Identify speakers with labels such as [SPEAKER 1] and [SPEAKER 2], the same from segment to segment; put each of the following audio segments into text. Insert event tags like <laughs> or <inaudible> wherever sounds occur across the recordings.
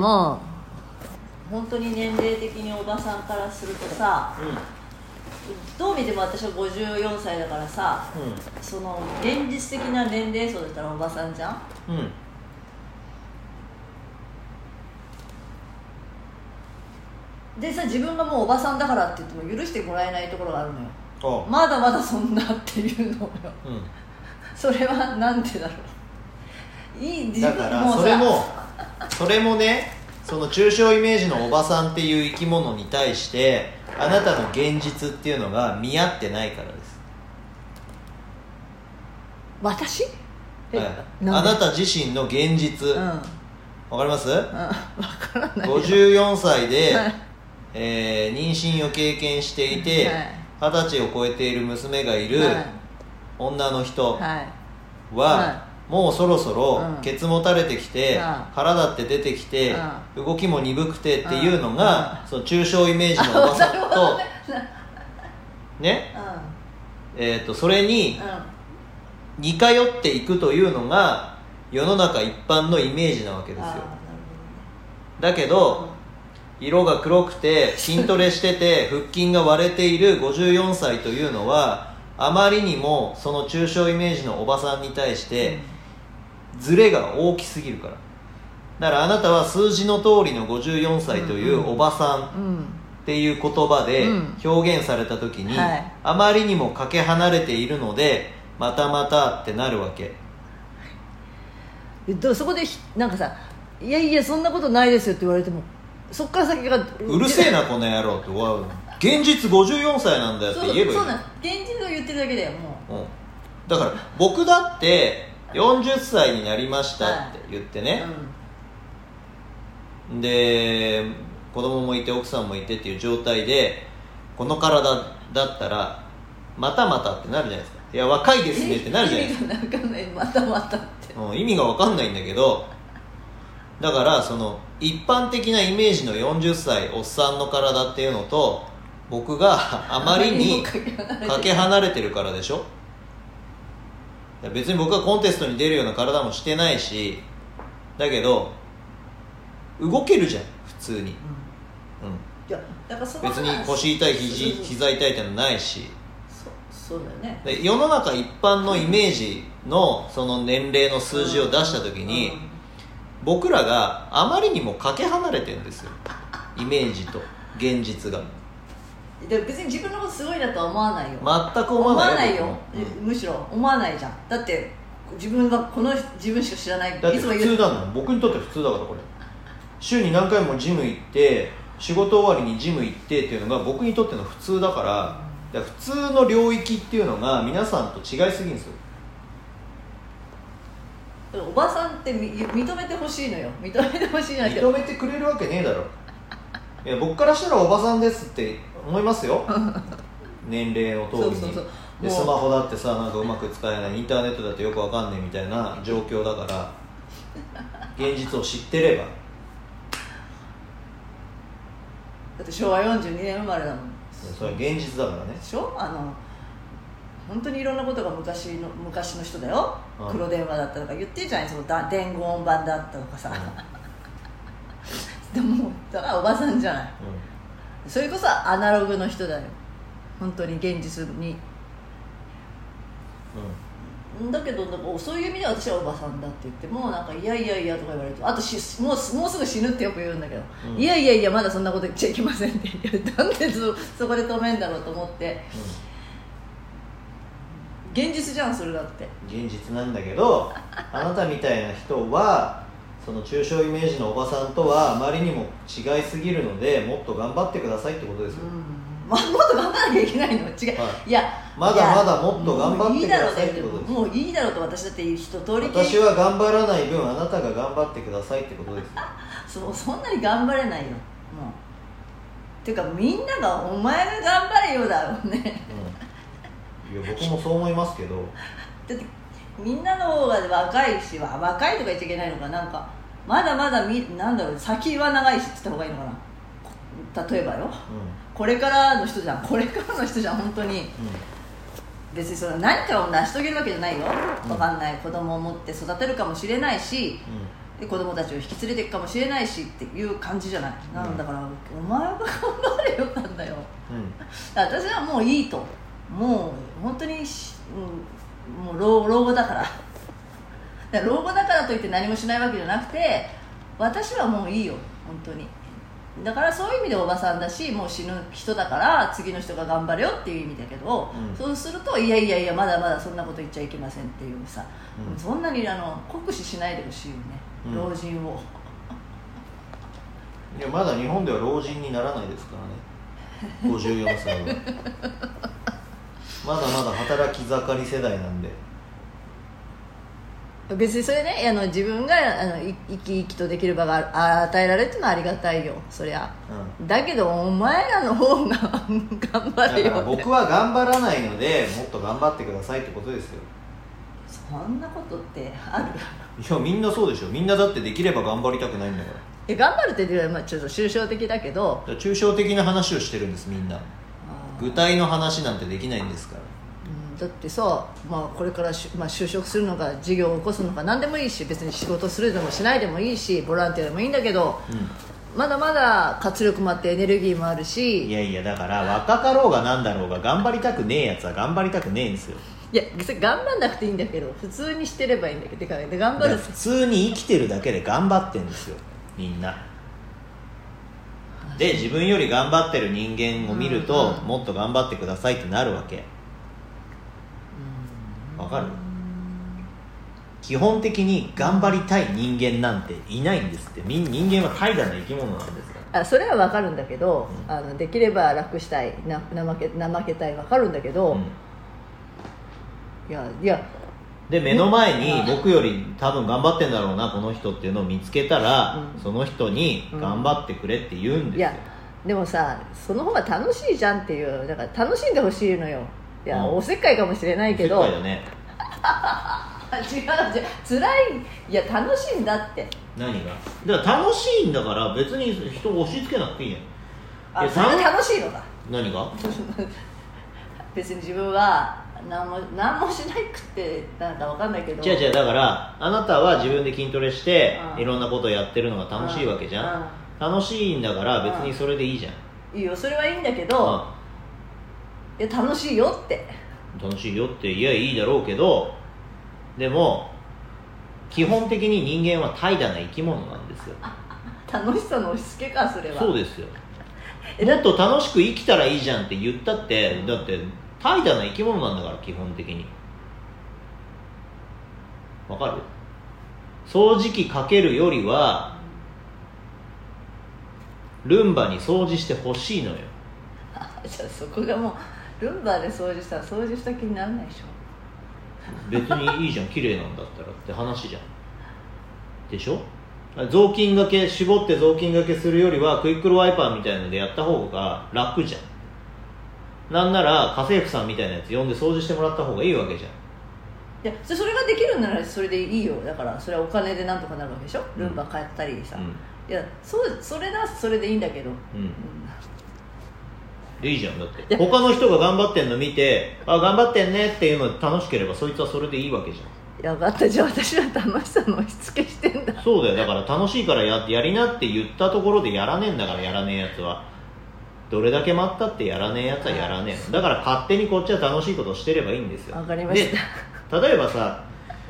[SPEAKER 1] もう本当に年齢的におばさんからするとさどう見ても私は54歳だからさその現実的な年齢層だったらおばさんじゃん
[SPEAKER 2] うんうん
[SPEAKER 1] でさ自分がもうおばさんだからって言っても許してもらえないところがあるのよ
[SPEAKER 2] あ、
[SPEAKER 1] まだまだそんなっていうのよ
[SPEAKER 2] うん
[SPEAKER 1] それはなんでだろういい自
[SPEAKER 2] だ
[SPEAKER 1] 分
[SPEAKER 2] から
[SPEAKER 1] うさ
[SPEAKER 2] それもそれもねその抽象イメージのおばさんっていう生き物に対してあなたの現実っていうのが見合ってないからです、
[SPEAKER 1] 私え
[SPEAKER 2] はい、
[SPEAKER 1] な
[SPEAKER 2] あ
[SPEAKER 1] んで
[SPEAKER 2] なた自身の現実
[SPEAKER 1] うん
[SPEAKER 2] わ、かります
[SPEAKER 1] 分からないよ
[SPEAKER 2] 54歳で、
[SPEAKER 1] はい
[SPEAKER 2] えー妊娠を経験していて
[SPEAKER 1] はい
[SPEAKER 2] 二十、歳を超えている娘がいる
[SPEAKER 1] はい
[SPEAKER 2] 女の人は、
[SPEAKER 1] はいは
[SPEAKER 2] もうそろそろ
[SPEAKER 1] うん
[SPEAKER 2] ケツも垂れてきて、
[SPEAKER 1] うん
[SPEAKER 2] 腹だって出てきて、動きも鈍くてっていうのが、その抽象イメージのおばさんと、
[SPEAKER 1] <laughs>
[SPEAKER 2] ねえー、とそれ
[SPEAKER 1] う
[SPEAKER 2] に
[SPEAKER 1] んうん
[SPEAKER 2] 似通っていくというのが世の中一般のイメージなわけですよ
[SPEAKER 1] あーなる
[SPEAKER 2] だけ
[SPEAKER 1] ほど
[SPEAKER 2] ど
[SPEAKER 1] ね
[SPEAKER 2] 色が黒くて筋トレして
[SPEAKER 1] <laughs>
[SPEAKER 2] て腹筋が割れている54歳というのはあまりにもその抽象イメージのおばさんに対してズレが大きすぎるからだからあなたは数字の通りの54歳というおばさん
[SPEAKER 1] うん
[SPEAKER 2] っていう言葉で
[SPEAKER 1] うん
[SPEAKER 2] 表現された時に、
[SPEAKER 1] はい
[SPEAKER 2] あまりにもかけ離れているのでまたまたってなるわけ
[SPEAKER 1] えどそこでひなんかさ「いやいやそんなことないですよ」って言われてもそっから先が
[SPEAKER 2] うるせえなこの野郎ってわ現実54歳なんだよっ
[SPEAKER 1] そ
[SPEAKER 2] て
[SPEAKER 1] う
[SPEAKER 2] 言えばいい
[SPEAKER 1] そうなん現実を言ってるだけだよも
[SPEAKER 2] うんだから僕だって40歳になりましたって言って
[SPEAKER 1] う、
[SPEAKER 2] ね、
[SPEAKER 1] う
[SPEAKER 2] で子供もいて奥さんもいてっていう状態でこの体だったらまたまたってなるじゃないですかいや若い
[SPEAKER 1] ん、
[SPEAKER 2] ですねってなるじゃないですか
[SPEAKER 1] 意味が分かんないまたまたって
[SPEAKER 2] うん、意味が分かんないんだけどだからその一般的なイメージの40歳おっさんの体っていうのと僕があまりに
[SPEAKER 1] あまりにもかけ離れてる
[SPEAKER 2] かけ離れてるからでしょいや別に僕はコンテストに出るような体もしてないしだけど動けるじゃん普通に、う
[SPEAKER 1] いやだからそ
[SPEAKER 2] ん、
[SPEAKER 1] の
[SPEAKER 2] 別に腰痛い肘膝痛いってのはないし
[SPEAKER 1] そうそうだよね
[SPEAKER 2] で世の中一般のイメージのその年齢の数字を出した時に、
[SPEAKER 1] うん
[SPEAKER 2] 僕らがあまりにもかけ離れてるんですよイメージと現実が
[SPEAKER 1] うんで別に自分のことすごいなとは思わないよ、
[SPEAKER 2] 全く
[SPEAKER 1] 思
[SPEAKER 2] 思わな
[SPEAKER 1] わ
[SPEAKER 2] い
[SPEAKER 1] ないよ
[SPEAKER 2] 僕も
[SPEAKER 1] むしろ思わないじゃんだって自分がこの自分しか知らない
[SPEAKER 2] うんだって
[SPEAKER 1] いつも
[SPEAKER 2] 普
[SPEAKER 1] 言
[SPEAKER 2] 通
[SPEAKER 1] う
[SPEAKER 2] なの僕にとって普通だからこれ週に何回もジム行って仕事終わりにジム行ってっていうのが僕にとっての普通だからだから普通の領域っていうのが皆さんと違いすぎるんですよ
[SPEAKER 1] おばさんってみ認めてほしいのよ認めてほしいじゃないけど
[SPEAKER 2] 認めてくれるわけねえだろいや僕からしたらおばさんですって思いますよ年齢の通りに
[SPEAKER 1] そうそうそう
[SPEAKER 2] で
[SPEAKER 1] もう
[SPEAKER 2] スマホだってさなんかうまく使えないインターネットだってよくわかんねえみたいな状況だから現実を知ってれば
[SPEAKER 1] だって昭和42年生まれだもん
[SPEAKER 2] それは現実だからね
[SPEAKER 1] でしょあの本当にいろんなことが昔の昔の人だよ、
[SPEAKER 2] うん
[SPEAKER 1] 黒電話だったとか言ってるじゃないそのだ伝言板だったとかさ、 <laughs> でもだからおばさんじゃないそれこそアナログの人だよ本当に現実に
[SPEAKER 2] うん
[SPEAKER 1] だけどなんかそういう意味では私はおばさんだって言ってもなんかいやいやいやとか言われるとあとしもうもうすぐ死ぬってよく言うんだけど、
[SPEAKER 2] うん
[SPEAKER 1] いやいやいやまだそんなこと言っちゃいけませんっていやなんでそそこで止めんだろうと思って現実じゃんそれだって
[SPEAKER 2] うん、うん、現実なんだけどあなたみたいな人はその抽象イメージのおばさんとはあまりにも違いすぎるのでもっと頑張ってくださいってことですよ、
[SPEAKER 1] うんま <laughs> もっと頑張らなきゃいけないの違う、、
[SPEAKER 2] はい
[SPEAKER 1] や
[SPEAKER 2] まだ
[SPEAKER 1] いや
[SPEAKER 2] まだもっと頑張ってくださいってことです
[SPEAKER 1] もういいだろうと私だって一通り
[SPEAKER 2] 私は頑張らない分あなたが頑張ってくださいってことですよ
[SPEAKER 1] そうそんなに頑張れないよもうっていうかみんながお前が頑張れよだろうね
[SPEAKER 2] うん、いや僕もそう思いますけど
[SPEAKER 1] だってみんなの方が若いしわ若いとか言っちゃいけないのかなんかまだまだみなんだろう先は長いしって言った方がいいのかなこ例えばよこれからの人じゃんこれからの人じゃん本当に
[SPEAKER 2] う
[SPEAKER 1] 別にその何かを成し遂げるわけじゃないよ
[SPEAKER 2] うん
[SPEAKER 1] わかんない子供を持って育てるかもしれないし、
[SPEAKER 2] んうん
[SPEAKER 1] で子供たちを引き連れていくかもしれないしっていう感じじゃない、な
[SPEAKER 2] うん
[SPEAKER 1] んだからお前が頑張れよなんだよ
[SPEAKER 2] うん
[SPEAKER 1] 私はもういいともう本当にし、うん、もう老老後だからだから老後だからといって何もしないわけじゃなくて私はもういいよ本当にだからそういう意味でおばさんだしもう死ぬ人だから次の人が頑張れよっていう意味だけど、
[SPEAKER 2] うん
[SPEAKER 1] そうするといやいやいやまだまだそんなこと言っちゃいけませんっていうさ、
[SPEAKER 2] うん
[SPEAKER 1] そんなにあの酷使しないでほしいよね、
[SPEAKER 2] うん
[SPEAKER 1] 老人を
[SPEAKER 2] いやまだ日本では老人にならないですからね54歳はまだまだ働き盛り世代なんで
[SPEAKER 1] 別にそれねあの自分があのい生き生きとできる場があ与えられるっていうのはありがたいよそりゃ
[SPEAKER 2] うん
[SPEAKER 1] だけどお前らの方が <laughs> 頑張れ
[SPEAKER 2] だ
[SPEAKER 1] よ
[SPEAKER 2] から僕は頑張らないのでもっと頑張ってくださいってことですよ
[SPEAKER 1] そんなことってある
[SPEAKER 2] いやみんなそうでしょみんなだってできれば頑張りたくないんだから
[SPEAKER 1] え頑張るって言うのはまあちょっと抽象的だけど
[SPEAKER 2] だから抽象的な話をしてるんですみんな具体の話なんてできないんですから
[SPEAKER 1] うんだってさ、まあ、これからし、まあ、就職するのか事業を起こすのか何でもいいし別に仕事するでもしないでもいいしボランティアでもいいんだけど
[SPEAKER 2] う
[SPEAKER 1] まだまだ活力もあってエネルギーもあるし
[SPEAKER 2] んいやいやだから若かろうがなんだろうが頑張りたくねえやつは頑張りたくねえんですよ
[SPEAKER 1] いや別に頑張んなくていいんだけど普通にしてればいいんだけどてかで頑張
[SPEAKER 2] だから
[SPEAKER 1] る
[SPEAKER 2] 普通に生きてるだけで頑張ってんですよみんなで自分より頑張ってる人間を見ると、
[SPEAKER 1] うん
[SPEAKER 2] もっと頑張ってくださいってなるわけわかる基本的に頑張りたい人間なんていないんですってみ人間は怠惰な生き物なんですから
[SPEAKER 1] あそれは分かるんだけど、
[SPEAKER 2] うん
[SPEAKER 1] あのできれば楽したいな怠け怠けたい分かるんだけど、
[SPEAKER 2] うん
[SPEAKER 1] いやいや
[SPEAKER 2] で目の前に
[SPEAKER 1] うん
[SPEAKER 2] 僕より多分頑張ってんだろうなこの人っていうのを見つけたら、
[SPEAKER 1] うん
[SPEAKER 2] その人に
[SPEAKER 1] うん
[SPEAKER 2] 頑張ってくれって言うんで
[SPEAKER 1] い
[SPEAKER 2] すよ
[SPEAKER 1] や、でもさその方が楽しいじゃんっていうだから楽しんでほしいのよいや、
[SPEAKER 2] うん
[SPEAKER 1] おせっかいかもしれないけど
[SPEAKER 2] 世界だね
[SPEAKER 1] あ違う違う辛いいや楽しいんだって
[SPEAKER 2] 何がだから楽しいんだから別に人を押し付けなくていいやんい
[SPEAKER 1] あ
[SPEAKER 2] や
[SPEAKER 1] それが
[SPEAKER 2] 楽
[SPEAKER 1] 楽しいのか
[SPEAKER 2] 何が
[SPEAKER 1] 別に自分は何も何もしないくってなんか分かんないけど
[SPEAKER 2] 違う違うだからあなたは自分で筋トレして
[SPEAKER 1] うん
[SPEAKER 2] いろんなことをやってるのが楽しいわけじゃん楽しいんだから別にそれでいいじゃん
[SPEAKER 1] うんいいよそれはいいんだけど、いや楽しいよって
[SPEAKER 2] うん楽しいよって言えばいいだろうけどでも基本的に人間は怠惰な生き物なんですよ
[SPEAKER 1] 楽しさの押し付けかそれは
[SPEAKER 2] そうですよ
[SPEAKER 1] え
[SPEAKER 2] も
[SPEAKER 1] だ
[SPEAKER 2] っと楽しく生きたらいいじゃんって言ったってだって怠惰な生き物なんだから基本的にわかる掃除機かけるよりはルンバに掃除してほしいのよ
[SPEAKER 1] あ <laughs> じゃあそこがもうルンバで掃除したら掃除した気にならないでしょ
[SPEAKER 2] 別にいいじゃん綺麗なんだったらって話じゃんでしょ雑巾がけ絞って雑巾がけするよりはクイックルワイパーみたいのでやった方が楽じゃんなんなら家政婦さんみたいなやつ呼んで掃除してもらった方がいいわけじゃん
[SPEAKER 1] いやそそれができるんならそれでいいよだからそれはお金でなんとかなるわけでしょルンバ買ったりさ、
[SPEAKER 2] う、
[SPEAKER 1] いやそうそれならそれでいいんだけど、うん
[SPEAKER 2] うん、でいいじゃんだっ
[SPEAKER 1] い
[SPEAKER 2] て
[SPEAKER 1] や
[SPEAKER 2] 他の人が頑張ってんの見てあ頑張ってんねっていうの楽しければそいつはそれでいいわけじ
[SPEAKER 1] ん、い
[SPEAKER 2] ゃ
[SPEAKER 1] や分かったじゃあ私は楽しさの押し付けしてんだ
[SPEAKER 2] んそうだよだから楽しいからややりなって言ったところでやらねえんだからやらねえやつはどれだけ待ったってやらねえやつはやらねえのだから勝手にこっちは楽しいことしてればいいんですよ
[SPEAKER 1] わかりました
[SPEAKER 2] で例えばさ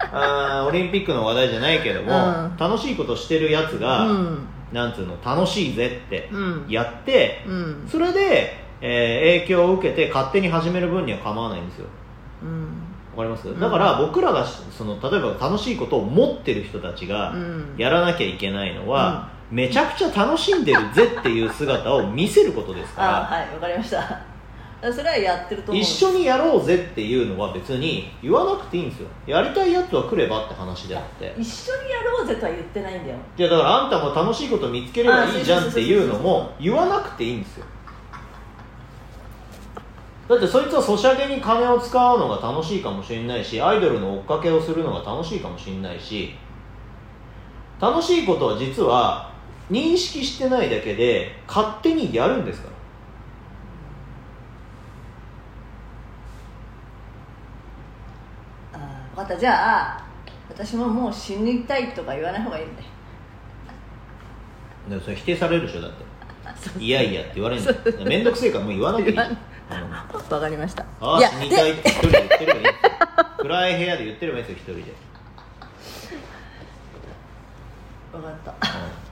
[SPEAKER 2] あーオリンピックの話題じゃないけども、
[SPEAKER 1] うん
[SPEAKER 2] 楽しいことしてるやつ
[SPEAKER 1] う
[SPEAKER 2] が、
[SPEAKER 1] ん
[SPEAKER 2] なんつうの楽しいぜって
[SPEAKER 1] うん
[SPEAKER 2] やって、
[SPEAKER 1] うん
[SPEAKER 2] それで、えー影響を受けて勝手に始める分には構わないんですよ
[SPEAKER 1] うん
[SPEAKER 2] わかります、
[SPEAKER 1] ん
[SPEAKER 2] だから僕らがしその例えば楽しいことを持ってる人たちが
[SPEAKER 1] うん
[SPEAKER 2] やらなきゃいけないのは、めちゃくちゃ楽しんでるぜっていう姿を見せることですか
[SPEAKER 1] あ
[SPEAKER 2] ら
[SPEAKER 1] はいわかりましただからそれはやってると思う
[SPEAKER 2] 一緒にやろうぜっていうのは別に言わなくていいんですよやりたいやつは来ればって話であって
[SPEAKER 1] 一緒にやろうぜとは言ってないんだよ
[SPEAKER 2] いやだからあんたも楽しいこと見つければいいじゃんっていうのも言わなくていいんですよだってそいつはソシャゲに金を使うのが楽しいかもしれないしアイドルの追っかけをするのが楽しいかもしれないし楽しいことは実は認識してないだけで勝手にやるんですから
[SPEAKER 1] あ分かったじゃあ私ももう死にたいとか言わない方がいいんだよ
[SPEAKER 2] でもそれ否定されるでしょだっていやいやって言われるんだよ面倒くせえからもう言わなくていいうん
[SPEAKER 1] わかりました
[SPEAKER 2] ああ
[SPEAKER 1] いや
[SPEAKER 2] 死にたいっ
[SPEAKER 1] で
[SPEAKER 2] て一人で言ってればいいんですよ暗い部屋で言ってればいいんですよ一人で、
[SPEAKER 1] 分かった
[SPEAKER 2] うん